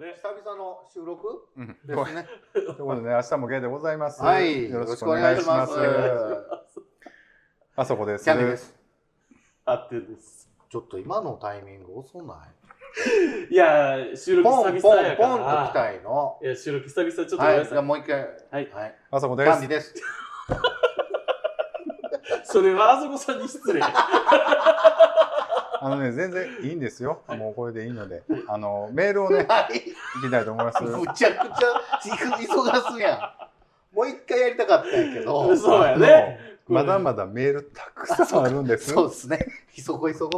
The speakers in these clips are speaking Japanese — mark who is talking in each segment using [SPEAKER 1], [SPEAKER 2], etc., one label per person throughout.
[SPEAKER 1] ね。
[SPEAKER 2] 久々の収録
[SPEAKER 3] うん
[SPEAKER 2] で
[SPEAKER 3] ごめ
[SPEAKER 2] す
[SPEAKER 3] ん
[SPEAKER 2] ね。
[SPEAKER 3] ということでね、明日もゲイでございます。
[SPEAKER 2] はい
[SPEAKER 3] よろしくお願いします。
[SPEAKER 2] よろしくお願いし
[SPEAKER 3] あそこです。
[SPEAKER 2] キャミです。
[SPEAKER 1] あってです。
[SPEAKER 2] ちょっと今のタイミング遅ない
[SPEAKER 1] いやー、収録
[SPEAKER 2] ポ
[SPEAKER 1] 久
[SPEAKER 2] ンポ
[SPEAKER 1] 々
[SPEAKER 2] ン
[SPEAKER 1] やか
[SPEAKER 2] ポ
[SPEAKER 1] ら。
[SPEAKER 2] ンと来たいの。
[SPEAKER 1] いや、収録久々ちょっとごめん
[SPEAKER 2] はい、
[SPEAKER 1] な
[SPEAKER 2] じゃ
[SPEAKER 1] さ
[SPEAKER 2] あ
[SPEAKER 1] い。
[SPEAKER 2] もう一回。
[SPEAKER 1] はい
[SPEAKER 2] はい。
[SPEAKER 3] あそこ
[SPEAKER 2] キ
[SPEAKER 3] で
[SPEAKER 2] ャンデ
[SPEAKER 3] す
[SPEAKER 2] ィ。です。
[SPEAKER 1] それはあそこさんに失礼。
[SPEAKER 3] あのね、全然いいんですよ。もうこれでいいので、あのメールをね、
[SPEAKER 2] はい。
[SPEAKER 3] いきたいと思います。
[SPEAKER 2] むちゃくちゃじく忙すやん。もう一回やりたかったんやけど。
[SPEAKER 1] そうやね。
[SPEAKER 3] あのまだまだメールたくさんあるんです。
[SPEAKER 2] そうですね。急ご急ご。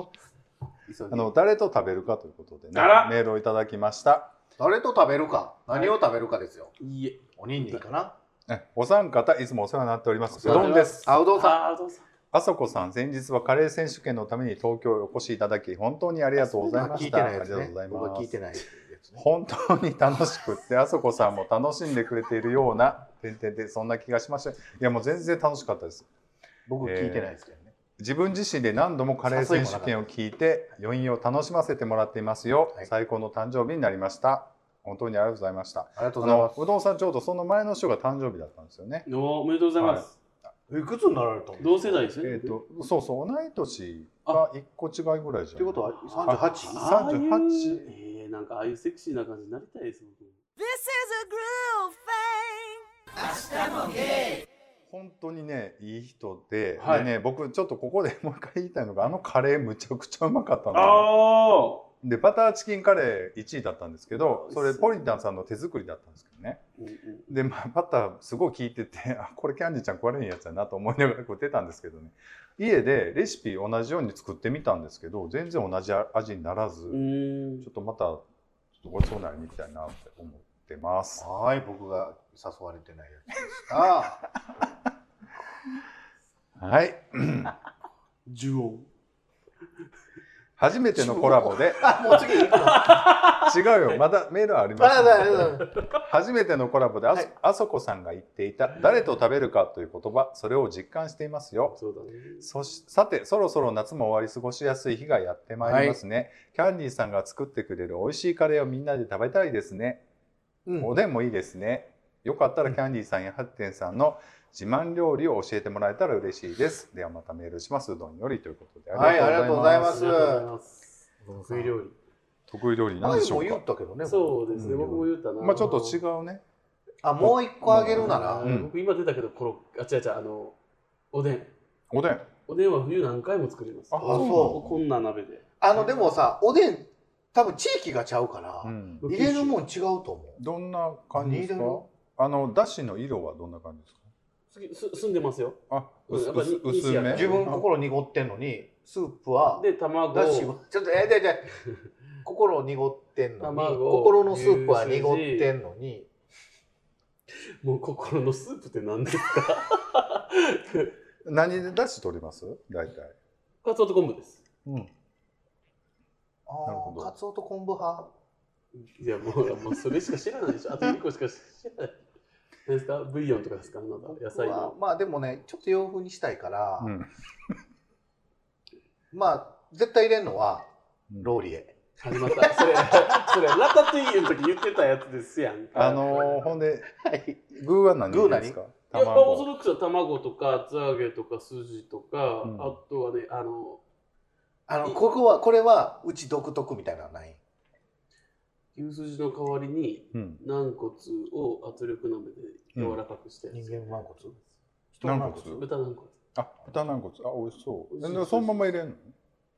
[SPEAKER 2] 急ぎ
[SPEAKER 3] あの誰と食べるかということでね
[SPEAKER 1] あら、
[SPEAKER 3] メールをいただきました。
[SPEAKER 2] 誰と食べるか、何を食べるかですよ。
[SPEAKER 1] いえ。
[SPEAKER 2] おにんにんかな。
[SPEAKER 3] えお三方いつもお世話になっております。
[SPEAKER 2] お世
[SPEAKER 3] う
[SPEAKER 2] 話
[SPEAKER 3] ど
[SPEAKER 2] に
[SPEAKER 3] ん
[SPEAKER 1] なっておりま
[SPEAKER 3] で
[SPEAKER 1] す
[SPEAKER 3] す。
[SPEAKER 2] あ、うどんさ
[SPEAKER 1] あー、どうぞ。
[SPEAKER 3] あそこさん、先日はカレー選手権のために東京へお越しいただき、本当にありがと
[SPEAKER 2] ん。
[SPEAKER 3] うございま
[SPEAKER 2] 聞
[SPEAKER 3] し
[SPEAKER 2] いて
[SPEAKER 3] た。
[SPEAKER 2] ない
[SPEAKER 3] あ
[SPEAKER 2] や
[SPEAKER 3] り
[SPEAKER 2] つ
[SPEAKER 3] がと
[SPEAKER 2] ね
[SPEAKER 3] うござい。
[SPEAKER 2] 僕は
[SPEAKER 3] ま
[SPEAKER 2] 聞い
[SPEAKER 3] す
[SPEAKER 2] て。ないやつね。
[SPEAKER 3] 本当に楽しくって、あそこさんも楽しんでくれているような、てんてんてんそんな気がしました。いや、もう全然楽しかったです。
[SPEAKER 2] 僕聞いてないですけどね。
[SPEAKER 3] 自分自身で何度もカレー選手権を聞いて、余韻を楽しませてもらっていますよ。
[SPEAKER 2] はい
[SPEAKER 3] 最高の誕生日になりました。本当にありがとうございました。
[SPEAKER 2] ありがとう
[SPEAKER 3] あ
[SPEAKER 2] ございま
[SPEAKER 3] の、うどんさんちょうどその前の人が誕生日だったんですよね。
[SPEAKER 1] おめでとうございます。
[SPEAKER 2] す。いくつになられたの
[SPEAKER 1] 同世代ですね。
[SPEAKER 3] えっ、と、そうそう、同い年が一個違いぐらいじゃ
[SPEAKER 2] という
[SPEAKER 3] ん。
[SPEAKER 2] ことは
[SPEAKER 3] あ
[SPEAKER 1] あ
[SPEAKER 2] 38?
[SPEAKER 1] あいう
[SPEAKER 3] 38
[SPEAKER 1] えー、なんかああいうセクシーな感じになりたいです。僕
[SPEAKER 4] This is a groove thing.
[SPEAKER 3] 本当にねいい人で,、
[SPEAKER 1] はい
[SPEAKER 3] でね僕ちょっとここでもう一回言いたいのがあのカレーむちゃくちゃうまかった
[SPEAKER 1] あ
[SPEAKER 3] の、
[SPEAKER 1] あ。
[SPEAKER 3] でバターチキンカレー1位だったんですけどそれポリタンさんの手作りだったんですけどね
[SPEAKER 1] うんうん
[SPEAKER 3] で、まあ、バターすごい効いててあこれキャンディちゃん食われへんやつやなと思いながら食ってたんですけどね家でレシピ同じように作ってみたんですけど全然同じ味にならず、
[SPEAKER 1] うーん
[SPEAKER 3] ちょっとまたちょっとごちそうになりに行きたいなって思ってます
[SPEAKER 2] はい、僕が誘われてないやつでした。
[SPEAKER 3] はい
[SPEAKER 1] 呪音。
[SPEAKER 3] 初めてのコラボ で
[SPEAKER 2] あ、もう次行くの。あ
[SPEAKER 3] 違うよまだメールあります
[SPEAKER 2] だ
[SPEAKER 3] よ
[SPEAKER 2] だだだ。
[SPEAKER 3] 初めてのコラボであそ,、
[SPEAKER 2] はい
[SPEAKER 3] あそこさんが言っていた「誰と食べるか」という言葉それを実感していますよ
[SPEAKER 1] そうだね。
[SPEAKER 3] そしさてそろそろ夏も終わり過ごしやすい日がやってまいりますね、キャンディーさんが作ってくれる美味しいカレーをみんなで食べたいですね、
[SPEAKER 2] うん
[SPEAKER 3] おでんもいいですねよかったらキャンディーさんやハッテンさんの自慢料理を教えてもらえたら嬉しいですではまたメールしますうどんよりということで
[SPEAKER 2] はいありがとうございます
[SPEAKER 1] ありがとうございます。得
[SPEAKER 2] 食い
[SPEAKER 1] 意
[SPEAKER 2] 料
[SPEAKER 1] 料
[SPEAKER 2] 理。
[SPEAKER 1] 理。
[SPEAKER 3] 得意料理何
[SPEAKER 2] 前
[SPEAKER 3] でしょ
[SPEAKER 2] も
[SPEAKER 3] う
[SPEAKER 2] 言
[SPEAKER 3] か
[SPEAKER 2] ったけどね。
[SPEAKER 1] そうですね、
[SPEAKER 3] うん
[SPEAKER 1] 僕も言ったな。
[SPEAKER 3] まあちょっと違うね
[SPEAKER 2] あ、もう一個あげるな
[SPEAKER 1] あ
[SPEAKER 2] ら
[SPEAKER 1] ー。
[SPEAKER 3] うん
[SPEAKER 1] 僕今出たけど、コロッあ、違う違う、あの、おでん。
[SPEAKER 3] おでん
[SPEAKER 1] おでんは冬何回も作ります。
[SPEAKER 2] そ
[SPEAKER 3] あ
[SPEAKER 1] こんな鍋で。
[SPEAKER 2] あの、でもさ、おでん、多分地域がちゃうから
[SPEAKER 3] う、ん
[SPEAKER 2] 入れるもん違うと思う。
[SPEAKER 3] どんな感じですか
[SPEAKER 2] 何色
[SPEAKER 3] あのだしの色はどんな感じですか
[SPEAKER 1] 次す住んでますよ。
[SPEAKER 3] あ、
[SPEAKER 1] うん
[SPEAKER 3] 薄
[SPEAKER 1] やっぱり
[SPEAKER 3] 薄薄
[SPEAKER 1] 西やか
[SPEAKER 3] め。
[SPEAKER 1] ら
[SPEAKER 2] 自分心濁ってんのに、スープは、
[SPEAKER 1] で、卵を。
[SPEAKER 2] だしは、ちょっと、え、で、で、心濁ってんのに、
[SPEAKER 1] 卵
[SPEAKER 2] 心のスープは濁ってんのに、
[SPEAKER 1] もう心のスープって何です か
[SPEAKER 3] 何で出汁取れます？大体。
[SPEAKER 1] カツオと昆布です。
[SPEAKER 3] うん。
[SPEAKER 2] あ
[SPEAKER 3] なるほ
[SPEAKER 2] ー
[SPEAKER 3] ど
[SPEAKER 2] カツオと昆布派。
[SPEAKER 1] いや、も う、もうそれしか知らないでしょ。あと1個しか知らない。何ですかブイヨンとかですかあなた、野菜
[SPEAKER 2] 僕は
[SPEAKER 1] の。
[SPEAKER 2] まあでもね、ちょっと洋風にしたいから、
[SPEAKER 3] うん。
[SPEAKER 2] まあ、絶対入れんのは、
[SPEAKER 3] うん
[SPEAKER 2] ローリエ。
[SPEAKER 1] 始まった。それ、 それ、ラタトゥイユの時言ってたやつですやんか。
[SPEAKER 3] あのー、ほんで
[SPEAKER 2] はい。
[SPEAKER 3] 具は何入れるんですか？
[SPEAKER 1] いやまあオーソドッ
[SPEAKER 3] 卵。
[SPEAKER 1] クスは卵とか厚揚げとか筋とか、
[SPEAKER 3] うん
[SPEAKER 1] あとはねあの
[SPEAKER 2] あの、ここは、これは、うち独特みたいなのはない。
[SPEAKER 1] 牛すじの代わりに
[SPEAKER 3] うん。
[SPEAKER 1] 軟骨を圧力鍋で柔らかくして、
[SPEAKER 2] 人間軟骨人
[SPEAKER 3] 軟骨。
[SPEAKER 1] 豚軟骨
[SPEAKER 3] あ、豚軟骨。あ、美味しそ
[SPEAKER 1] 美味し
[SPEAKER 3] う。
[SPEAKER 1] い
[SPEAKER 3] え
[SPEAKER 1] です
[SPEAKER 3] そのまま入れんの？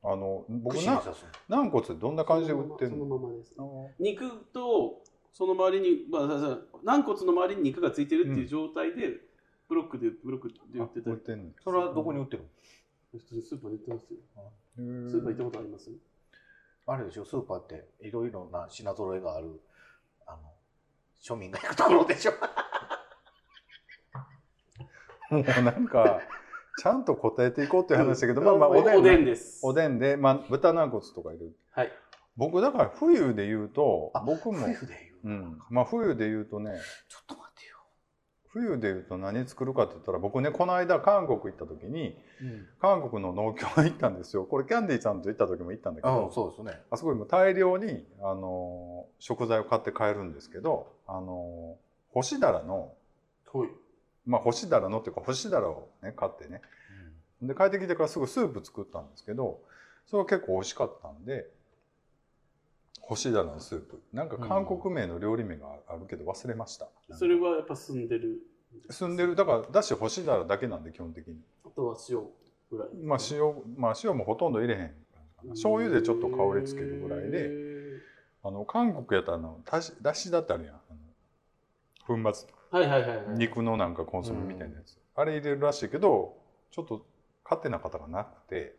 [SPEAKER 3] あの僕
[SPEAKER 2] 串に
[SPEAKER 3] な
[SPEAKER 2] 刺す
[SPEAKER 3] 軟骨どんな感じで売って
[SPEAKER 1] そ
[SPEAKER 3] ん
[SPEAKER 1] の
[SPEAKER 3] の？
[SPEAKER 1] ままです
[SPEAKER 3] あー
[SPEAKER 1] 肉とその周りに、まあ、ささ軟骨の周りに肉がついてるっていう状態で、ブロックでブロックで売ってた
[SPEAKER 3] 売っ
[SPEAKER 1] り
[SPEAKER 3] てんの。
[SPEAKER 2] それはどこに売ってるの
[SPEAKER 1] 普通にスーパーに売ってますよ
[SPEAKER 3] へー
[SPEAKER 1] スーパー行ったことあります
[SPEAKER 2] あれでしょ、スーパーって、いろいろな品揃えがある、あの、庶民が行くところでしょ。
[SPEAKER 3] もうなんかちゃんと答えていこうという話だけど、まあまあおでん
[SPEAKER 1] おでんです
[SPEAKER 3] おでんでまあ豚軟骨とか入れる。
[SPEAKER 1] はい
[SPEAKER 3] 僕だから冬で言うと僕も
[SPEAKER 2] 夫。婦で言う。
[SPEAKER 3] うん、まあ冬で言うとね
[SPEAKER 2] ちょっと待ってよ。
[SPEAKER 3] 冬でいうと何作るかって言ったら僕ねこの間韓国行った時に
[SPEAKER 2] うん
[SPEAKER 3] 韓国の農協行ったんですよこれキャンディーちゃんと行った時も行ったんだけ
[SPEAKER 2] あ
[SPEAKER 3] ど
[SPEAKER 2] そうですね
[SPEAKER 3] あそこにも大量にあのー食材を買って帰るんですけどあのー干しだらの
[SPEAKER 1] はい。
[SPEAKER 3] まあ干しだらのっていうか干しだらをね買ってねで帰ってきてからすぐスープ作ったんですけどそれは結構美味しかったんで干しだらのスープなんか韓国名の料理名があるけど忘れました、
[SPEAKER 1] それはやっぱ住んでる。
[SPEAKER 3] 住んでる。だからだし干しだらだけなんで基本的に
[SPEAKER 1] あとは塩ぐらい。
[SPEAKER 3] まあ塩まあ塩もほとんど入れへん醤油でちょっと香りつけるぐらいで
[SPEAKER 1] で。
[SPEAKER 3] あの韓国やったらあのだしだしだってあるやんあの粉末
[SPEAKER 1] はいはいはい、はい。
[SPEAKER 3] 肉のなんかコンソメみたいなやつ、あれ入れるらしいけどちょっと勝手な方がなくて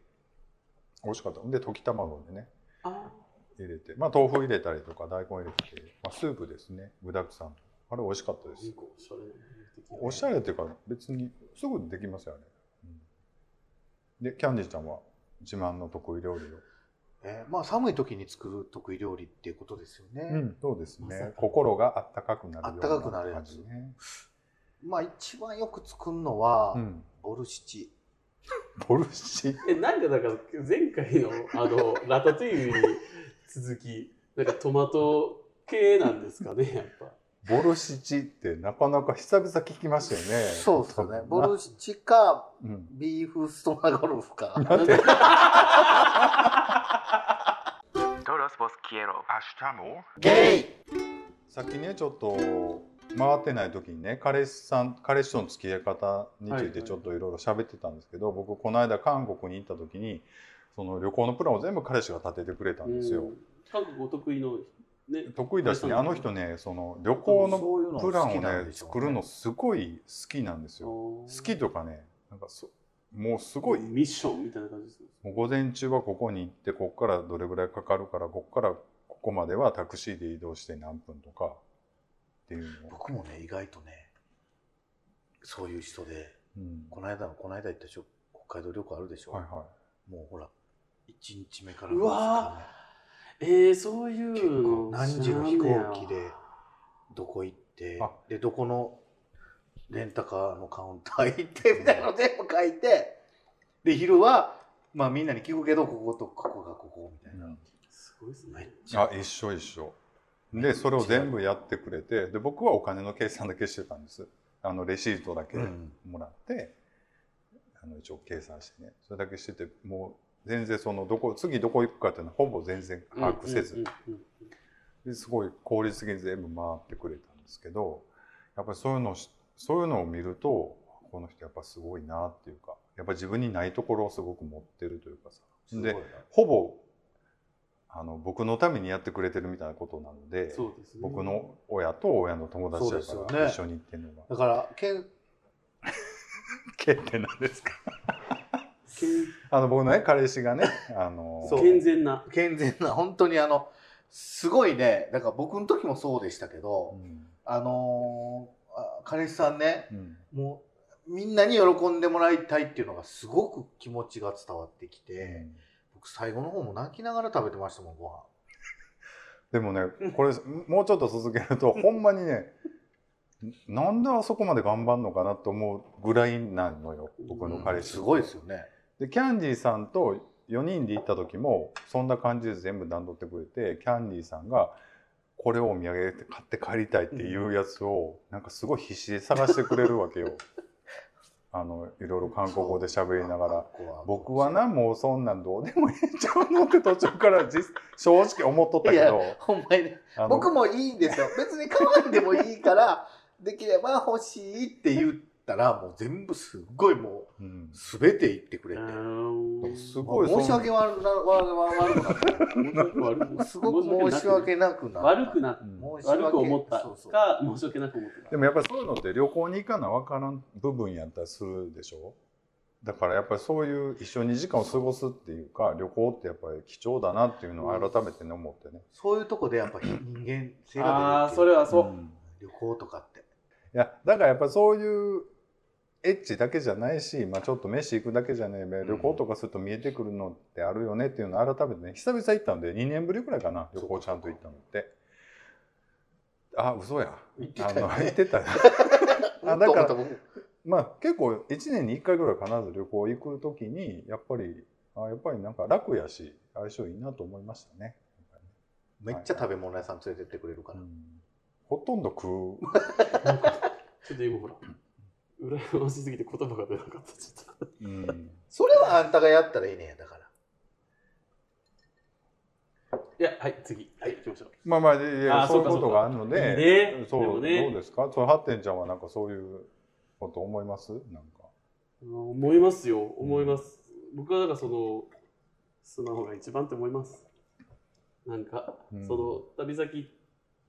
[SPEAKER 3] 美味しかったんで溶き卵でね
[SPEAKER 1] あ
[SPEAKER 3] 入れてまあ豆腐入れたりとか大根入れて、まあ、スープですね具だくさんあれ美味しかったで
[SPEAKER 1] ー、な
[SPEAKER 3] す
[SPEAKER 1] んかおしゃれな
[SPEAKER 3] おしゃれっていうか別にすぐできますよあれ、うんでキャンディーちゃんは自慢の得意料理を
[SPEAKER 2] えーまあ寒い時に作る得意料理っていうことですよね、
[SPEAKER 3] うん、そうです
[SPEAKER 2] まさか
[SPEAKER 3] ね。心があったかくなるような
[SPEAKER 2] あったかくなるやつ
[SPEAKER 3] 感じね。
[SPEAKER 2] まあ一番よく作るのは、
[SPEAKER 3] うん。
[SPEAKER 2] ボルシチ
[SPEAKER 3] ボルシチ。
[SPEAKER 1] え、なんかだから前回のあの、ラタトゥイユに続き、なんかトマト系なんですか ね、やっぱ。
[SPEAKER 3] ボルシチってなかなか久々聞きましたよね。
[SPEAKER 2] そうですねボルシチか
[SPEAKER 3] うん。
[SPEAKER 2] ビーフストナゴルフか
[SPEAKER 1] なんで
[SPEAKER 5] Todos vos quiero.
[SPEAKER 2] ゲイ
[SPEAKER 3] さっきね、ちょっと回ってない時にね、彼氏さん、彼氏との付き合い方についてちょっといろいろ喋ってたんですけど、僕この間韓国に行った時に、その旅行のプランを全部彼氏が立ててくれたんですよ。
[SPEAKER 1] うん韓国お得意の、ね。
[SPEAKER 3] 得意だしね、あの人ね、その旅行の
[SPEAKER 2] そういうの
[SPEAKER 3] プラン
[SPEAKER 2] 好きな
[SPEAKER 3] を
[SPEAKER 2] ん
[SPEAKER 3] ね、
[SPEAKER 2] でしょう
[SPEAKER 3] 作るのすごい好きなんですよ。
[SPEAKER 1] 好
[SPEAKER 3] 好きとかねなんかそもうすごいも
[SPEAKER 1] ミッションみたいな感じですね。
[SPEAKER 3] う午前中はここに行ってここからどれぐらいかかるからここからここまではタクシーで移動して何分とかっていうのを、
[SPEAKER 2] 僕もね意外とねそういう人で
[SPEAKER 3] うん、
[SPEAKER 2] この間のこの間行ったでしょ北海道旅行あるでしょ、
[SPEAKER 3] はいは
[SPEAKER 2] もうほら1日目から
[SPEAKER 1] うわえー、そういうの
[SPEAKER 2] 何時の飛行機でどこ行って
[SPEAKER 3] あ
[SPEAKER 2] でどこのレンタカーのカウンター行ってみたいなの全部書いてで昼はまあみんなに聞くけどこことここがここみたいな、
[SPEAKER 1] すごいです
[SPEAKER 2] めっ
[SPEAKER 1] ね。
[SPEAKER 2] ち
[SPEAKER 3] い
[SPEAKER 2] ゃ
[SPEAKER 3] あ一緒一緒でそれを全部やってくれてで僕はお金の計算だけしてたんですあのレシートだけ
[SPEAKER 2] うん
[SPEAKER 3] もらって、あの一応計算してねそれだけしててもう全然そのどこ次どこ行くかっていうのはほぼ全然把握せず、
[SPEAKER 1] うんうん
[SPEAKER 3] ですごい効率的に全部回ってくれたんですけどやっぱりそういうのをしそういうのを見るとこの人やっぱすごいなっていうかやっぱ自分にないところをすごく持ってるというかさ
[SPEAKER 2] すごいな
[SPEAKER 3] でほぼあの僕のためにやってくれてるみたいなことなの
[SPEAKER 1] うん
[SPEAKER 3] で
[SPEAKER 1] そうですね。
[SPEAKER 3] 僕の親と親の友達だ
[SPEAKER 2] そう
[SPEAKER 3] か
[SPEAKER 2] ですよ
[SPEAKER 3] ら
[SPEAKER 2] ね
[SPEAKER 3] 一緒に行ってるのが
[SPEAKER 2] だからけん
[SPEAKER 3] 経験なんですか
[SPEAKER 1] 健
[SPEAKER 3] あの僕のね彼氏がねあの
[SPEAKER 2] そう
[SPEAKER 1] 健全な。
[SPEAKER 2] 健全な本当にあのすごいねだから僕の時もそうでしたけど、
[SPEAKER 3] うん
[SPEAKER 2] あのーあ彼氏さんね
[SPEAKER 3] うん
[SPEAKER 2] もうみんなに喜んでもらいたいっていうのがすごく気持ちが伝わってきて、僕最後の方も泣きながら食べてましたもんご飯
[SPEAKER 3] でもねこれもうちょっと続けるとほんまにねなんであそこまで頑張るのかなと思うぐらいなのよ僕の彼氏、
[SPEAKER 2] すごいですよね
[SPEAKER 3] でキャンディーさんと4人で行った時もそんな感じで全部段取ってくれてキャンディーさんがこれをお土産で買って帰りたいっていうやつをなんかすごい必死で探してくれるわけ よあのいろいろ韓国語で喋りながら僕はなもうそんなんどうでもいいんちゃうのって途中から実正直思っとったけ
[SPEAKER 2] いや
[SPEAKER 3] ど
[SPEAKER 2] ほんまにね
[SPEAKER 3] あの
[SPEAKER 2] 僕もいいんですよ別に可愛いでもいいからできれば欲しいって言ったらもう全部すっごいも
[SPEAKER 3] うん
[SPEAKER 2] う全て言ってくれて、
[SPEAKER 1] うん
[SPEAKER 3] すごい
[SPEAKER 2] 申し訳悪な悪悪くなっ
[SPEAKER 1] 申し訳悪くな
[SPEAKER 2] たすごく申し訳なくなった
[SPEAKER 1] 悪くなっ
[SPEAKER 3] うん
[SPEAKER 2] 申
[SPEAKER 1] た。
[SPEAKER 2] し訳
[SPEAKER 1] 悪く思った
[SPEAKER 2] そうそう
[SPEAKER 1] か、申し訳なく思ったか。
[SPEAKER 3] でもやっぱりそういうのって旅行に行かな分からん部分やったりするでしょだからやっぱりそういう一緒に時間を過ごすっていうか旅行ってやっぱり貴重だなっていうのを改めてね思ってね、
[SPEAKER 2] そういうとこでやっぱ人間性が出るっていう
[SPEAKER 1] ああ、それはそう。
[SPEAKER 3] うん
[SPEAKER 2] 旅行とかって
[SPEAKER 3] いやだからやっぱりそういうエッチだけじゃないし、まあ、ちょっと飯行くだけじゃない旅行とかすると見えてくるのってあるよねっていうのを改めてね久々行ったんで2年ぶりくらいかな旅行ちゃんと行ったのってあ嘘や
[SPEAKER 2] 言ってたよ
[SPEAKER 3] あの
[SPEAKER 2] ね
[SPEAKER 3] 行ってたよ
[SPEAKER 2] うん
[SPEAKER 3] あだから
[SPEAKER 2] と思った僕
[SPEAKER 3] まあ結構1年に1回ぐらい必ず旅行行く時にやっぱりあやっぱりなんか楽やし相性いいなと思いましたね、
[SPEAKER 2] めっちゃ食べ物屋さん連れてってくれるか
[SPEAKER 3] う
[SPEAKER 2] ら、
[SPEAKER 3] ん、ほとんど食う
[SPEAKER 1] ちょっと今ほら、羨ましすぎて言葉が出なかった。ちょっと。
[SPEAKER 3] うん、
[SPEAKER 2] それはあんたがやったらいいねんだから
[SPEAKER 1] いや、はい、次。はい、行きましょう。
[SPEAKER 3] まあまあい
[SPEAKER 1] あ
[SPEAKER 3] や
[SPEAKER 1] ー
[SPEAKER 3] そ
[SPEAKER 1] そ
[SPEAKER 3] ういう
[SPEAKER 1] うか
[SPEAKER 3] こ
[SPEAKER 1] そうか
[SPEAKER 3] とがあるので
[SPEAKER 1] いいね
[SPEAKER 3] そう
[SPEAKER 1] でもね
[SPEAKER 3] どうですかそれハッテンちゃんはなんかそういうこと思いますなんか
[SPEAKER 1] うん思いますよ、思います。僕はだからその、スマホが一番って思います。なんか、
[SPEAKER 3] うん
[SPEAKER 1] その、旅先、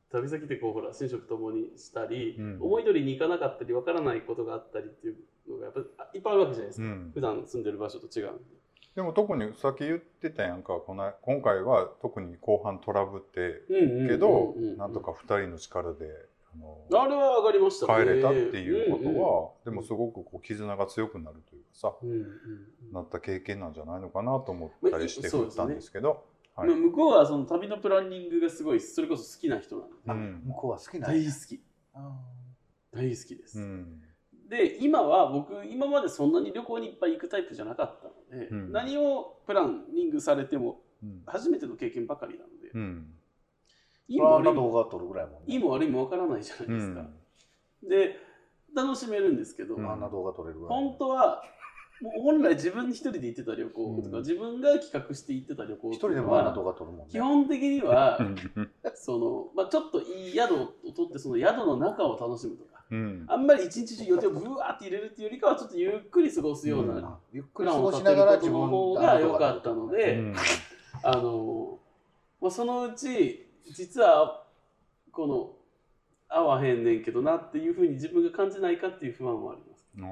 [SPEAKER 1] 旅先でこう、ほら、寝食ともにしたり、
[SPEAKER 3] うん
[SPEAKER 1] 思い通りに行かなかったり、わからないことがあったりっていうのが、やっぱりあいっぱいあるわけじゃないです
[SPEAKER 3] う
[SPEAKER 1] か。
[SPEAKER 3] ん
[SPEAKER 1] 普段住んでる場所と違う。
[SPEAKER 3] でも特にさっき言ってたやんかこの今回は特に後半トラブって
[SPEAKER 1] うんうん
[SPEAKER 3] けど、
[SPEAKER 1] うんうんうん
[SPEAKER 3] なんとか2人の力であの
[SPEAKER 1] あれは上がりましたね
[SPEAKER 3] 帰れたっていうこと
[SPEAKER 1] う
[SPEAKER 3] は、
[SPEAKER 1] んうん
[SPEAKER 3] でもすごくこう絆が強くなるというかさ、
[SPEAKER 1] うんうんうんうん
[SPEAKER 3] なった経験なんじゃないのかなと思ったりして
[SPEAKER 1] まあそう
[SPEAKER 3] 振
[SPEAKER 1] で
[SPEAKER 3] っ
[SPEAKER 1] すね
[SPEAKER 3] たんですけど、はい
[SPEAKER 1] まあ向こうはその旅のプランニングがすごいそれこそ好きな人なんで
[SPEAKER 3] う
[SPEAKER 2] あ
[SPEAKER 3] ん
[SPEAKER 2] 向こうは好きなん
[SPEAKER 1] 大
[SPEAKER 2] や
[SPEAKER 1] 好き大好きです、
[SPEAKER 3] うん
[SPEAKER 1] で今は僕今までそんなに旅行にいっぱい行くタイプじゃなかったので、
[SPEAKER 3] うん
[SPEAKER 1] 何をプランニングされても
[SPEAKER 3] うん
[SPEAKER 1] 初めての経験ばかりなので、
[SPEAKER 3] うん
[SPEAKER 1] いい
[SPEAKER 2] 今
[SPEAKER 1] も
[SPEAKER 2] あん
[SPEAKER 1] 悪
[SPEAKER 2] ない
[SPEAKER 1] も
[SPEAKER 2] 動画撮るぐらいやもんね
[SPEAKER 1] いいも悪いもわからないじゃないですか、で楽しめるんですけど、
[SPEAKER 3] うん
[SPEAKER 2] あんな動画撮れるぐらいやもん
[SPEAKER 1] 本当はもう本来自分一人で行ってた旅行とか、
[SPEAKER 3] うん
[SPEAKER 1] 自分が企画して行ってた旅行
[SPEAKER 2] 一
[SPEAKER 1] と
[SPEAKER 2] 人で
[SPEAKER 1] か
[SPEAKER 2] もあんな
[SPEAKER 1] は
[SPEAKER 2] 動画撮るもんね
[SPEAKER 1] 基本的には
[SPEAKER 3] うん
[SPEAKER 1] その、まあ、ちょっといい宿を取ってその宿の中を楽しむとか
[SPEAKER 3] うん
[SPEAKER 1] あんまり一日中予定をブワーって入れるっていうよりかはちょっとゆっくり過ごすよう
[SPEAKER 3] うん
[SPEAKER 1] な
[SPEAKER 2] ゆっく
[SPEAKER 1] プ
[SPEAKER 2] り
[SPEAKER 1] ラ
[SPEAKER 2] 過
[SPEAKER 1] ンを
[SPEAKER 2] ご
[SPEAKER 1] 立
[SPEAKER 2] してな
[SPEAKER 1] る
[SPEAKER 2] がら
[SPEAKER 1] こと
[SPEAKER 2] 自
[SPEAKER 1] の
[SPEAKER 2] 分
[SPEAKER 1] 方
[SPEAKER 2] あ
[SPEAKER 1] が
[SPEAKER 2] の
[SPEAKER 1] 良
[SPEAKER 2] 動
[SPEAKER 1] か
[SPEAKER 2] 画
[SPEAKER 1] っ
[SPEAKER 2] 撮
[SPEAKER 1] た
[SPEAKER 2] る
[SPEAKER 1] の
[SPEAKER 3] う
[SPEAKER 1] で、
[SPEAKER 3] ん
[SPEAKER 1] あの、まあ、そのうち実はこの合わへんねんけどなっていうふうに自分が感じないかっていう不安もあります
[SPEAKER 3] ああ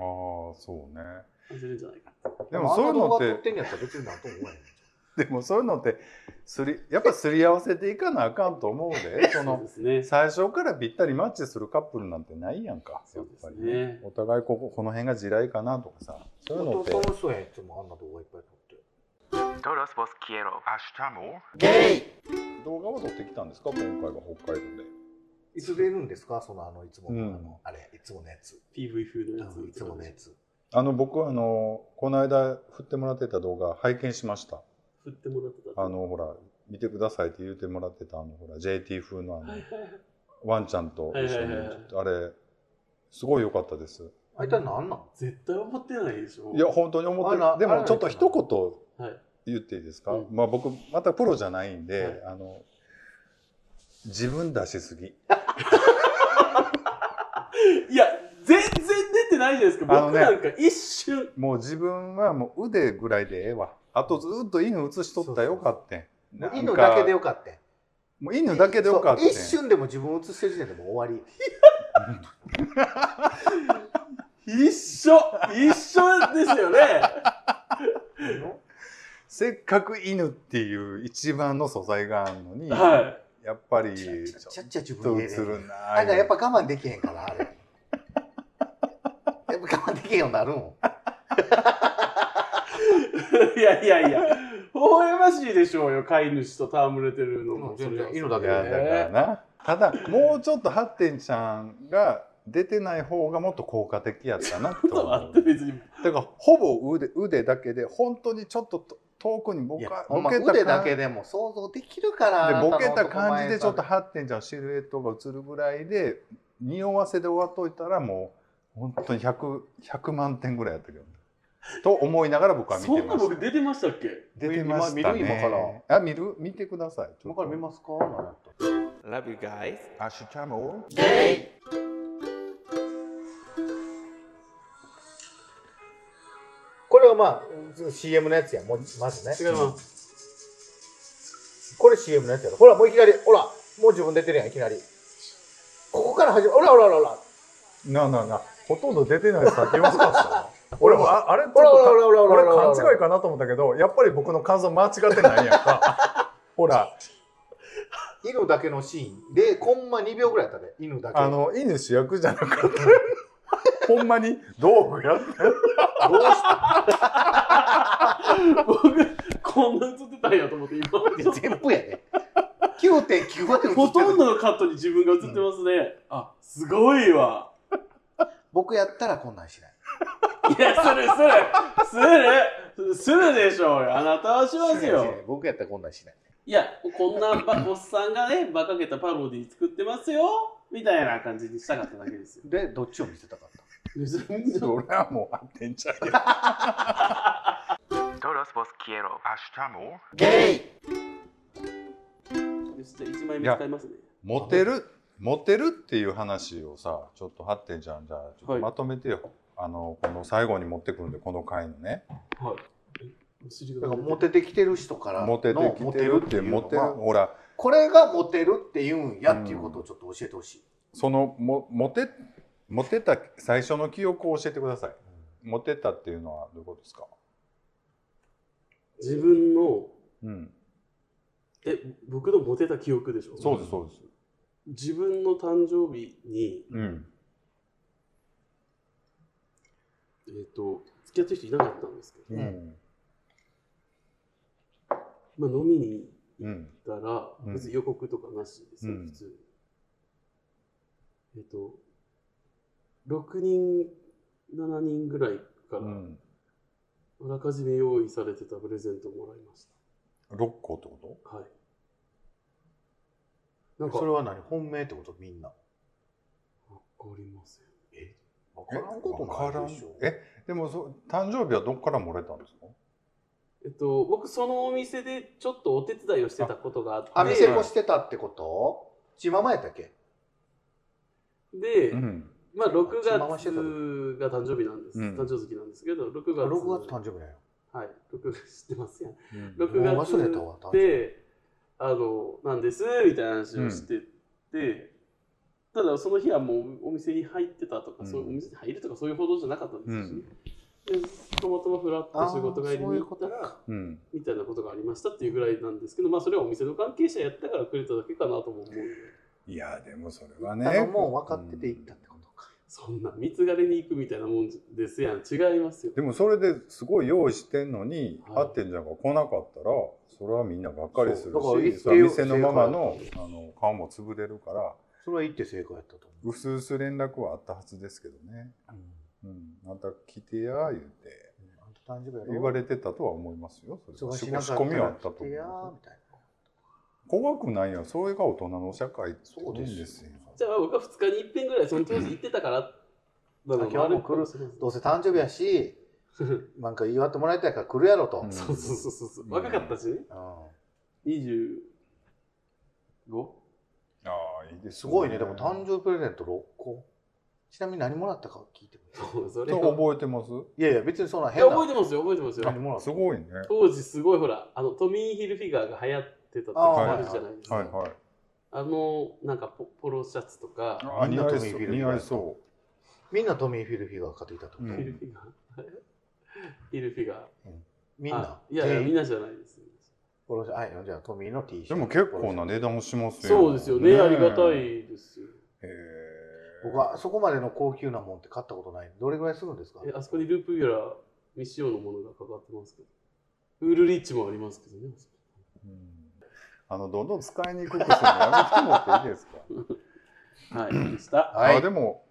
[SPEAKER 3] そうね
[SPEAKER 1] 感じるんじゃないか
[SPEAKER 3] でもそういう
[SPEAKER 2] あんな動
[SPEAKER 3] の
[SPEAKER 2] 画撮
[SPEAKER 3] っ
[SPEAKER 2] ってんやったら別になんとも思わへん
[SPEAKER 3] てでもそういうのってすりやっぱすり合わせていかなあかんと思 うでそ
[SPEAKER 1] そう
[SPEAKER 3] の
[SPEAKER 1] ですね
[SPEAKER 3] 最初からぴったりマッチするカップルなんてないやんかやっぱり
[SPEAKER 1] そうですね
[SPEAKER 3] お互いこここの辺が地雷かなとかさそういうのって
[SPEAKER 2] 本当楽しそうやんいつもあんな動画いっぱい撮って
[SPEAKER 5] Todos vos quiero.
[SPEAKER 2] ゲイ
[SPEAKER 3] 動画は撮ってきたんですか今回は北海道で。
[SPEAKER 2] いつ出るんですかそのあのいつもの、
[SPEAKER 3] うん
[SPEAKER 2] あのあれいつものやつ
[SPEAKER 1] PV 風のやつ
[SPEAKER 2] いつものやつ
[SPEAKER 3] あの僕はあのこの間振ってもらってた動画拝見しました
[SPEAKER 1] 振ってもらってた
[SPEAKER 3] あのほら見てくださいって言ってもらってたあのほら JT 風のあ
[SPEAKER 1] はい
[SPEAKER 3] の
[SPEAKER 1] はいはい
[SPEAKER 3] ワンちゃんと一緒
[SPEAKER 1] は
[SPEAKER 3] に
[SPEAKER 1] いはいはい
[SPEAKER 3] あれすごい良かったです
[SPEAKER 2] あいたなんなん
[SPEAKER 1] 絶対思ってないでしょ
[SPEAKER 3] いや本当に思って
[SPEAKER 2] あら
[SPEAKER 3] るで
[SPEAKER 2] あら
[SPEAKER 3] もちょっと一
[SPEAKER 1] はい
[SPEAKER 3] 言言っていいですか、
[SPEAKER 1] うん
[SPEAKER 3] まあ僕またプロじゃないんで、
[SPEAKER 1] はい
[SPEAKER 3] あの自分出しすぎ
[SPEAKER 1] いや、全然出てないじゃないですか。
[SPEAKER 3] あの
[SPEAKER 1] 僕
[SPEAKER 3] ね
[SPEAKER 1] なんか一瞬。
[SPEAKER 3] もう自分はもう腕ぐらいでええわあとずっと犬映しとったらよかったんなんか
[SPEAKER 2] 犬だけでよかった
[SPEAKER 3] もう犬だけでよかったん
[SPEAKER 2] そう一瞬でも自分映してる時点でもう終わり
[SPEAKER 1] 一緒一緒ですよね。
[SPEAKER 3] せっかく犬っていう一番の素材があるのに、
[SPEAKER 1] は
[SPEAKER 3] やっぱり
[SPEAKER 2] ち
[SPEAKER 3] ち
[SPEAKER 2] ゃっちゃち
[SPEAKER 3] ょ
[SPEAKER 2] ゃっちゃ自
[SPEAKER 3] っと
[SPEAKER 2] 分で
[SPEAKER 3] 映
[SPEAKER 2] 入れる
[SPEAKER 3] るな
[SPEAKER 2] あれやっぱ我慢できへんからあれ やっぱ我慢できへんようになるもん
[SPEAKER 1] い。いやいやいや、微笑ましいでしょうよ、飼い主と戯れてるの
[SPEAKER 2] う
[SPEAKER 1] も。
[SPEAKER 2] ん全
[SPEAKER 1] そ
[SPEAKER 2] 然
[SPEAKER 1] れはい
[SPEAKER 2] いのだ
[SPEAKER 3] い
[SPEAKER 2] けど
[SPEAKER 3] やだからなただもうちょっとハッテンちゃんが出てない方がもっと効果的やったな
[SPEAKER 1] ちょ
[SPEAKER 3] と
[SPEAKER 1] っと待
[SPEAKER 3] 思
[SPEAKER 1] っ
[SPEAKER 3] う
[SPEAKER 1] て、別に。
[SPEAKER 3] だからほぼ腕腕だけで本当にちょっとと遠くにボ
[SPEAKER 2] いや
[SPEAKER 3] カ
[SPEAKER 2] ほんま
[SPEAKER 3] ボケた
[SPEAKER 2] 腕だ
[SPEAKER 3] 感じ
[SPEAKER 2] け
[SPEAKER 3] で
[SPEAKER 2] でも想像できるからあな
[SPEAKER 3] ボ
[SPEAKER 2] の
[SPEAKER 3] ケた
[SPEAKER 2] 男前
[SPEAKER 3] 感じでちょっと
[SPEAKER 2] さ
[SPEAKER 3] ハッテンちゃんのシルエットが映るぐらいで匂わせで終わっといたらもう本当に 100, 100万点ぐらいやったけどと思いながら僕は見て
[SPEAKER 1] そ
[SPEAKER 3] まし
[SPEAKER 1] ん
[SPEAKER 3] た
[SPEAKER 1] な僕出てましたっけ
[SPEAKER 3] 出てましたね。
[SPEAKER 2] 見る今か
[SPEAKER 3] あ、見る見てください。
[SPEAKER 2] 今から見ますか
[SPEAKER 5] Love you guys.
[SPEAKER 3] アシュチャモ
[SPEAKER 2] これはまあうん CM のやつやもうまずね
[SPEAKER 1] 違います。
[SPEAKER 2] これ CM のやつやろほらもういきなりほらもう自分出てるやんいきなりここから始まるほらほらほらほら
[SPEAKER 3] なあなあなあ、ほとんど出てないさっき言わなかったよ。 俺
[SPEAKER 2] 俺
[SPEAKER 3] も
[SPEAKER 2] も
[SPEAKER 3] ああれちょっ
[SPEAKER 2] ほらほらほら
[SPEAKER 3] と
[SPEAKER 2] ほらほらほら
[SPEAKER 3] 俺勘違いかなと思ったけど、やっぱり僕の感想間違ってないやんか。ほら、
[SPEAKER 2] 犬だけのシーンでコンマ2秒ぐらいやったで犬だけ
[SPEAKER 3] あの犬主役じゃなかった。 ほんまに道具やって
[SPEAKER 2] どうした
[SPEAKER 1] 僕、こんな映ってたんやと思って、今まで。
[SPEAKER 2] 全部やで9.9割
[SPEAKER 1] ほとん
[SPEAKER 2] ど
[SPEAKER 1] どのカットに自分が映ってますね。あ、すごいわ。
[SPEAKER 2] 僕やったらこんなんしない。
[SPEAKER 1] いや、するするするするでしょうよ。あなたはします
[SPEAKER 2] しないし
[SPEAKER 1] よ
[SPEAKER 2] な。い僕やったらこんなんしない。
[SPEAKER 1] いや、こんなばおっさんがね、馬鹿げたパロディ作ってますよ。みたいな感じにしたかっただけですよ。
[SPEAKER 2] で、どっちを見せたかった
[SPEAKER 1] 別に
[SPEAKER 3] それはもう合ってんちゃうよ
[SPEAKER 5] Todos vos quiero.
[SPEAKER 2] ゲイ
[SPEAKER 1] よしじゃあ1枚目使いますね。
[SPEAKER 3] モテるモテるっていう話をさちょっとハッテンちゃんじゃあちょっと
[SPEAKER 1] はい
[SPEAKER 3] まとめてよ、あのこの最後に持ってくるんでこの回のね
[SPEAKER 1] はい。お尻
[SPEAKER 2] だ
[SPEAKER 1] が
[SPEAKER 2] から
[SPEAKER 1] 出て
[SPEAKER 2] モテてきてる人からの
[SPEAKER 3] モテてきてるってモ
[SPEAKER 2] モ
[SPEAKER 3] テ
[SPEAKER 2] テ
[SPEAKER 3] る
[SPEAKER 2] る
[SPEAKER 3] ほら
[SPEAKER 2] これがモテるって言うんやっていうことをちょっと教えてほしい。
[SPEAKER 3] そのもモテモテた最初の記憶を教えてくださいモテたっていうのはどういうことですか
[SPEAKER 1] 自分の、
[SPEAKER 3] うん
[SPEAKER 1] え、僕のモテた記憶でしょ
[SPEAKER 3] そうですそうです
[SPEAKER 1] 自分の誕生日に、
[SPEAKER 3] うん
[SPEAKER 1] えっ、と、付き合ってる人いなかったんですけど、
[SPEAKER 3] うん
[SPEAKER 1] まあ飲みに
[SPEAKER 3] うん
[SPEAKER 1] 行ったら、
[SPEAKER 3] うん
[SPEAKER 1] 別に予告とかなしですよ、
[SPEAKER 3] うん
[SPEAKER 1] 普通に。えっ、と、6人、7人ぐらいから、
[SPEAKER 3] うん
[SPEAKER 1] あらかじめ用意されてたプレゼントをもらいまし
[SPEAKER 3] 6個ってこ
[SPEAKER 1] た。はい。なんか、
[SPEAKER 2] それ
[SPEAKER 1] わ
[SPEAKER 2] は何本命ってことみんな。
[SPEAKER 1] かりません。
[SPEAKER 2] わ
[SPEAKER 3] と
[SPEAKER 2] からんことないでしょ
[SPEAKER 3] わ。からんえでもそ誕生日はどっから漏れたんですか
[SPEAKER 1] えっと、僕、そのお店でちょっとお手伝いをしてたことがあって、
[SPEAKER 2] あ、見せ越してたってこと血ままやったっけ
[SPEAKER 1] で、
[SPEAKER 3] うん
[SPEAKER 1] まあ、6月
[SPEAKER 2] 血回してたの
[SPEAKER 1] が誕生日なんです。
[SPEAKER 3] うん
[SPEAKER 1] 誕生月なんですけど、6月。
[SPEAKER 2] ?6 月誕生日だよ。
[SPEAKER 1] はい、6月知ってますやん。
[SPEAKER 3] うん
[SPEAKER 1] 6
[SPEAKER 2] もう
[SPEAKER 1] 月
[SPEAKER 2] 忘れたわ誕生日
[SPEAKER 1] で、あの、なんです、みたいな話をしてて、ただその日はもうお店に入ってたとか、
[SPEAKER 3] うん
[SPEAKER 1] そういうお店に入るとかそういうほどじゃなかったんですし、でたまたまフラッ
[SPEAKER 2] あ
[SPEAKER 1] と仕事帰りに行ったら、
[SPEAKER 2] ら。
[SPEAKER 3] うん
[SPEAKER 1] みたいなことがありましたっていうぐらいなんですけど、まあそれはお店の関係者やったからくれただけかなとも思うんで、
[SPEAKER 3] いやでもそれは
[SPEAKER 2] あの
[SPEAKER 3] ね
[SPEAKER 2] もう分かってて行ったってことか。
[SPEAKER 1] そんな見つがれに行くみたいなもんですやん。違いますよ。
[SPEAKER 3] でもそれですごい用意してんのに、
[SPEAKER 1] はい
[SPEAKER 3] 合ってんじゃんが来なかったらそれはみんながっかりす
[SPEAKER 2] そ
[SPEAKER 3] るし
[SPEAKER 2] うだから言ってよ
[SPEAKER 3] それは店のままのあの顔も潰れるから
[SPEAKER 2] それは行って正解やったと思
[SPEAKER 3] うすうす連絡はあったはずですけどね
[SPEAKER 2] う。うん
[SPEAKER 3] 「うん、あんた来てや」言うて
[SPEAKER 2] あんた誕生日やろ
[SPEAKER 3] 言われてたとは思いますよそれは
[SPEAKER 2] 忙
[SPEAKER 3] 仕
[SPEAKER 2] しなかった
[SPEAKER 3] 込
[SPEAKER 2] ら
[SPEAKER 3] みはあったと思
[SPEAKER 2] 来てやー
[SPEAKER 3] う
[SPEAKER 2] みたいな。
[SPEAKER 3] 怖くないやそれが大人の社会って
[SPEAKER 2] そうで
[SPEAKER 3] 言ん
[SPEAKER 2] すよ
[SPEAKER 3] ですよ
[SPEAKER 1] じゃあ僕は2日に一遍ぐらいその当時行ってたから、なのもあるかもしれない
[SPEAKER 2] どうせ誕生日や し、なんか祝ってもらいたいから来るやろと。
[SPEAKER 3] う
[SPEAKER 2] うんん
[SPEAKER 1] そうそうそうそうそう。若かったしね。25?
[SPEAKER 3] ああいいです
[SPEAKER 2] すごいね、でも誕生日プレゼント6個。ちなみに何もらったか聞いてもいい
[SPEAKER 1] そう、それ
[SPEAKER 3] 日
[SPEAKER 1] は。
[SPEAKER 3] 覚えてます
[SPEAKER 2] いやいや、別にそんない変
[SPEAKER 1] や、
[SPEAKER 2] な。
[SPEAKER 1] 覚えてますよ、覚えてます
[SPEAKER 2] 何
[SPEAKER 1] よ。
[SPEAKER 2] もらっ
[SPEAKER 3] す
[SPEAKER 2] た
[SPEAKER 3] ごいね
[SPEAKER 1] 当時すごいほら、あの、トミー・ヒルフィガーが流行ってた時あるじゃないですか。
[SPEAKER 3] はいはい
[SPEAKER 1] あの、なんかポポロシャツとか、
[SPEAKER 3] あ
[SPEAKER 2] みん
[SPEAKER 3] 似
[SPEAKER 2] な
[SPEAKER 3] 合
[SPEAKER 2] トミー
[SPEAKER 3] い
[SPEAKER 2] フ
[SPEAKER 3] そう
[SPEAKER 2] ィルみ
[SPEAKER 3] 似
[SPEAKER 2] たいな
[SPEAKER 3] 合いそう
[SPEAKER 2] みんなトミー・フィルフィガー買ってきたってこ
[SPEAKER 3] う
[SPEAKER 2] と
[SPEAKER 3] ん
[SPEAKER 1] ヒルフィガー。ヒルフィガー。
[SPEAKER 2] みんな
[SPEAKER 1] あ。いやいや、
[SPEAKER 2] 全員
[SPEAKER 1] みんなじゃないです。
[SPEAKER 2] この人はい、じゃあトミーの T シャツ。
[SPEAKER 3] でも結構な。値段しますよ
[SPEAKER 1] そうですよね、
[SPEAKER 3] え
[SPEAKER 1] ありがたいですよ。
[SPEAKER 3] へ
[SPEAKER 2] 僕はそこまでの高級なもんって買ったことない。どれぐらいするんですか
[SPEAKER 1] え、あそこにループビュラー、未使用のものがかかってますけど。ウールリッチもありますけどね。
[SPEAKER 3] あのどんどん使いにくくするのやめてもらっていいですか、
[SPEAKER 1] はい、でした。
[SPEAKER 2] は
[SPEAKER 3] あ
[SPEAKER 2] い
[SPEAKER 3] で。も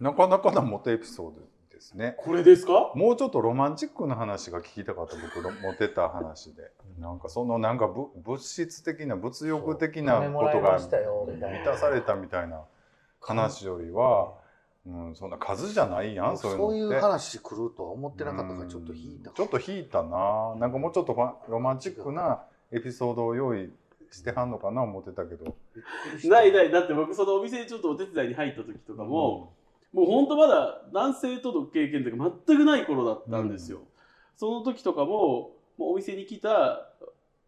[SPEAKER 3] なかなかなモテエピソードですね
[SPEAKER 1] これですか
[SPEAKER 3] もうちょっとロマンチックな話が聞きたかった僕のモテた話でなんかそのなんかぶ物質的な物欲的
[SPEAKER 2] そう
[SPEAKER 3] な
[SPEAKER 2] お金
[SPEAKER 3] こ
[SPEAKER 2] もら
[SPEAKER 3] と
[SPEAKER 2] いま
[SPEAKER 3] が
[SPEAKER 2] したよみたいな
[SPEAKER 3] 満たされたみたいな話よりは、うん、そんな数じゃないやんそういうのっ
[SPEAKER 2] そ
[SPEAKER 3] て
[SPEAKER 2] ういう話来るとは思ってなかったから、ちょっと引いた
[SPEAKER 3] うん。ちょっと引いたななんかもうちょっとファンロマンチックなエピソードを用意してはんのかな思ってたけど
[SPEAKER 1] ないない、だって僕、そのお店にちょっとお手伝いに入った時とかも、もう本当まだ男性との経験とか全くない頃だったんですよ。その時とかも、もうお店に来た、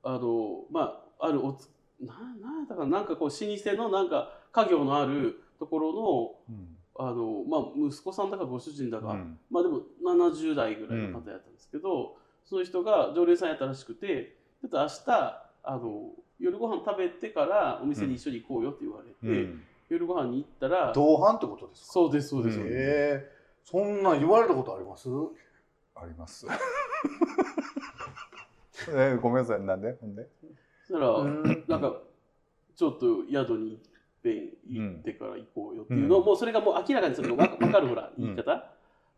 [SPEAKER 1] あの、まあ、あるおつ、ななんだかな、なんかこう、老舗の、なんか、家業のあるところ
[SPEAKER 3] うん
[SPEAKER 1] の、あの、まあ、息子さんだかご主人だか、
[SPEAKER 3] うん
[SPEAKER 1] まあでも70代ぐらいの方やったんですけど、その人が常連さんやったらしくてちょっと明日あの夜ご飯食べてからお店に一緒に行こうよって言われて、
[SPEAKER 3] うん
[SPEAKER 1] 夜ご飯に行ったら
[SPEAKER 2] 同伴ってことですか
[SPEAKER 1] そうですそうです、
[SPEAKER 3] うん
[SPEAKER 2] ええそんなん言われたことあります
[SPEAKER 3] あります。 えごめんなさい、なんでほんで、
[SPEAKER 1] そしたら、
[SPEAKER 2] うん
[SPEAKER 1] なんかちょっと宿にいっぺん行ってから行こうよよっていうのを、
[SPEAKER 3] うん
[SPEAKER 1] もうそれがもう明らかにそれがわ分かるほら
[SPEAKER 3] うん
[SPEAKER 1] 言い方、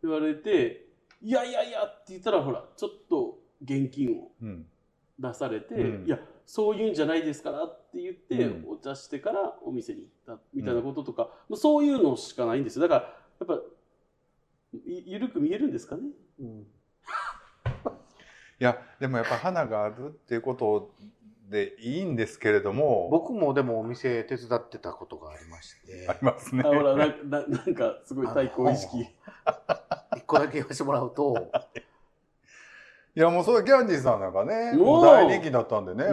[SPEAKER 1] 言われて「いやいやいや」って言ったらほらちょっと現金を
[SPEAKER 3] うん
[SPEAKER 1] 出されて「
[SPEAKER 3] うん
[SPEAKER 1] いやそういうんじゃないですから」って言って、
[SPEAKER 3] うん
[SPEAKER 1] お茶してからお店に行ったみたいなこととか、もうそういうのしかないんですよだからやっぱゆゆるく見えるんですかね、
[SPEAKER 3] いやでもやっぱ花があるっていうことでいいんですけれども
[SPEAKER 2] 僕もでもお店手伝ってたことがありまして
[SPEAKER 3] ありますね
[SPEAKER 1] あほらなななんかすごい対抗意識
[SPEAKER 2] 一個だけ言わせてもらう と
[SPEAKER 3] いやもうそれキャンディーさんなんかね
[SPEAKER 1] もう
[SPEAKER 3] もう大人気だったんでね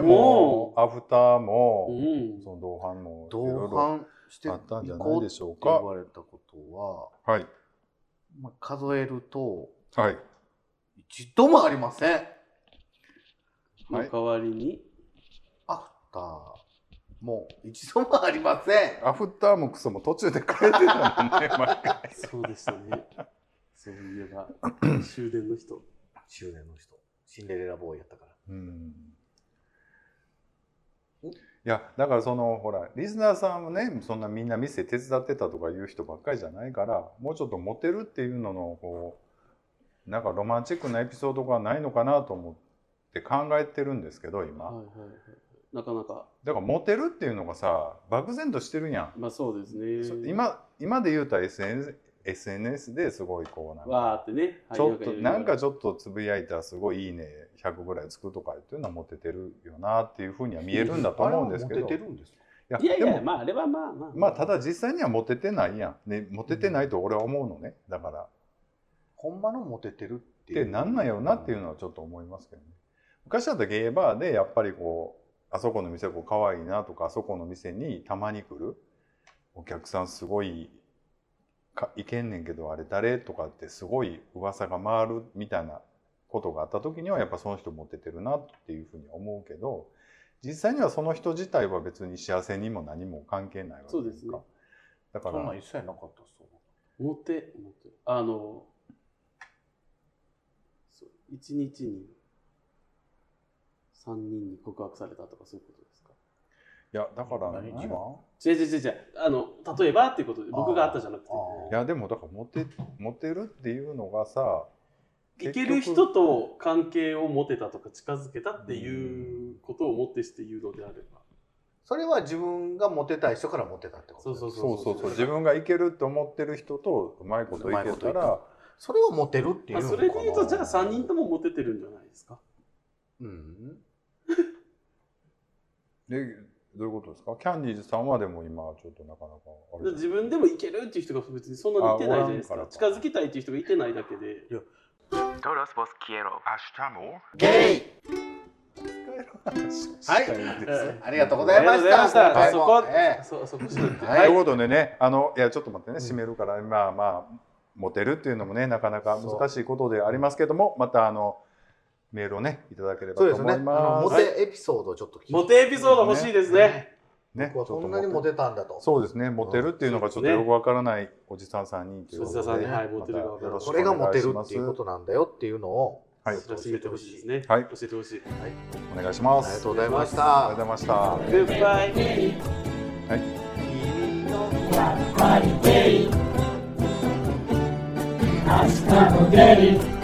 [SPEAKER 1] も
[SPEAKER 3] もうアフターも、
[SPEAKER 1] うん
[SPEAKER 3] その同伴もいろい
[SPEAKER 2] 同
[SPEAKER 3] ろ
[SPEAKER 2] 伴してい
[SPEAKER 3] あ
[SPEAKER 2] こ
[SPEAKER 3] ったんじゃないうで
[SPEAKER 2] って
[SPEAKER 3] しょう
[SPEAKER 2] 言
[SPEAKER 3] か
[SPEAKER 2] われたことは、
[SPEAKER 3] はい
[SPEAKER 2] まあ、数えると
[SPEAKER 3] はい
[SPEAKER 2] 一度もありません
[SPEAKER 1] の代わりに、
[SPEAKER 2] アフターも一度もありません
[SPEAKER 3] アフターもクソも途中で変えてたのね毎回
[SPEAKER 1] そうでしたね そういえば終電の人
[SPEAKER 2] 中年の人シンデレラボーイやったから
[SPEAKER 3] うん
[SPEAKER 2] お
[SPEAKER 3] いやだからそのほらリスナーさんもねそんなみんな店手伝ってたとかいう人ばっかりじゃないからもうちょっとモテるっていうののこうなんかロマンチックなエピソードがないのかなと思って考えてるんですけど今、
[SPEAKER 1] はいはいはいなかなか
[SPEAKER 3] だからモテるっていうのがさ漠然としてるやん、
[SPEAKER 1] まあそうですね
[SPEAKER 3] 今今で言うたら SNS, SNS ですごいこうなんか
[SPEAKER 1] わーってね
[SPEAKER 3] ちょっと
[SPEAKER 1] はい
[SPEAKER 3] なんかちょっとつぶやいたらすごいいいね100ぐらいつくとかっていうのはモテてるよなっていうふうには見えるんだと思うんですけ
[SPEAKER 2] あれはモ
[SPEAKER 3] ど
[SPEAKER 2] テてるんですか
[SPEAKER 3] い
[SPEAKER 1] いやい
[SPEAKER 3] で
[SPEAKER 1] や
[SPEAKER 3] も
[SPEAKER 1] まああれはまあまあ
[SPEAKER 3] まあただ実際にはモテてないやん、ね、モテてないと俺は思うのねだから
[SPEAKER 2] ほんまのモテてるって
[SPEAKER 3] ってなんなんやろなっていう
[SPEAKER 2] の
[SPEAKER 3] のはちょっと思いますけどね昔だったらゲーバーでやっぱりこうあそこの店こう可愛いなとかあそこの店にたまに来るお客さんすごいかいけんねんけどあれ誰とかってすごい噂が回るみたいなことがあった時にはやっぱその人モテてるなっていうふうに思うけど実際にはその人自体は別に幸せにも何も関係ないわけ
[SPEAKER 1] そうですね
[SPEAKER 3] かだか
[SPEAKER 2] そんな
[SPEAKER 3] ら
[SPEAKER 2] ん一切なかったそう
[SPEAKER 1] モテモテあのそう一日に三人に告白されたとかそういうことですか
[SPEAKER 3] いやだから
[SPEAKER 2] 何
[SPEAKER 3] なん
[SPEAKER 2] 自
[SPEAKER 3] や
[SPEAKER 2] 慢
[SPEAKER 1] 違う違う違う違うあの例えばっていうことで僕があったじゃなくて
[SPEAKER 3] いやでもだからモテモテるっていうのがさ
[SPEAKER 1] いける人と関係を持てたとか近づけたっていうことをもってして言うのであれば
[SPEAKER 2] それは自分がモテたい人からモテたってこと
[SPEAKER 1] そうそう
[SPEAKER 3] そうそうそう自
[SPEAKER 1] 分
[SPEAKER 3] 分がいけると思ってる人とうまいこといけ
[SPEAKER 2] うまいこと
[SPEAKER 3] た
[SPEAKER 2] いけ
[SPEAKER 3] ら
[SPEAKER 2] たそれをモテるっていう
[SPEAKER 1] あ
[SPEAKER 2] の
[SPEAKER 1] そ
[SPEAKER 2] かな
[SPEAKER 1] れで言うとじゃあ三人ともモテてるんじゃないですか
[SPEAKER 2] うん
[SPEAKER 3] でどういうことですかキャンディーズさんはでも今ちょっとなかなかあれ
[SPEAKER 1] 自分でもいけるっていう人が別にそんなにいてないじゃないですか
[SPEAKER 3] あおらんか
[SPEAKER 1] 近
[SPEAKER 3] らか
[SPEAKER 1] づきたいっていう人がいてないだけで
[SPEAKER 5] Todos vos quiero.
[SPEAKER 2] ゲイはいありがとうございました
[SPEAKER 1] ありがとうございま
[SPEAKER 2] ええ
[SPEAKER 1] したそこそそこしといて
[SPEAKER 2] はい
[SPEAKER 3] ということでねあのいやちょっと待ってね締めるから、まあまあモテるっていうのもねなかなか難しいことでありますけどもまたあのメールをねいただければ
[SPEAKER 2] そうで
[SPEAKER 3] と思
[SPEAKER 2] すねあ
[SPEAKER 3] いま
[SPEAKER 2] のモ
[SPEAKER 3] す。
[SPEAKER 2] テエピソードをちょっと聞いて
[SPEAKER 1] モテエピソード欲しいですね
[SPEAKER 3] ね
[SPEAKER 2] 僕はこんなにモテたんだと
[SPEAKER 3] そうですね、モテるっていうのがちょっとよくわからないおじさんさんにということで、
[SPEAKER 1] おじさんさんにはいモテるがわからない
[SPEAKER 3] また
[SPEAKER 2] これがモテる
[SPEAKER 3] よろ
[SPEAKER 2] っ
[SPEAKER 3] してく
[SPEAKER 2] い
[SPEAKER 3] お
[SPEAKER 2] うこ
[SPEAKER 3] 願いし
[SPEAKER 2] となんだよっていうのを
[SPEAKER 3] ま
[SPEAKER 1] 知ら
[SPEAKER 3] す
[SPEAKER 1] せてほしいですね
[SPEAKER 3] はい
[SPEAKER 1] 教えてほしい
[SPEAKER 3] はい、お願いしま
[SPEAKER 2] ありが
[SPEAKER 3] す。
[SPEAKER 2] とうございまし
[SPEAKER 3] あり
[SPEAKER 2] た
[SPEAKER 3] がとうございました。
[SPEAKER 1] グッバイ
[SPEAKER 6] 明日もゲイ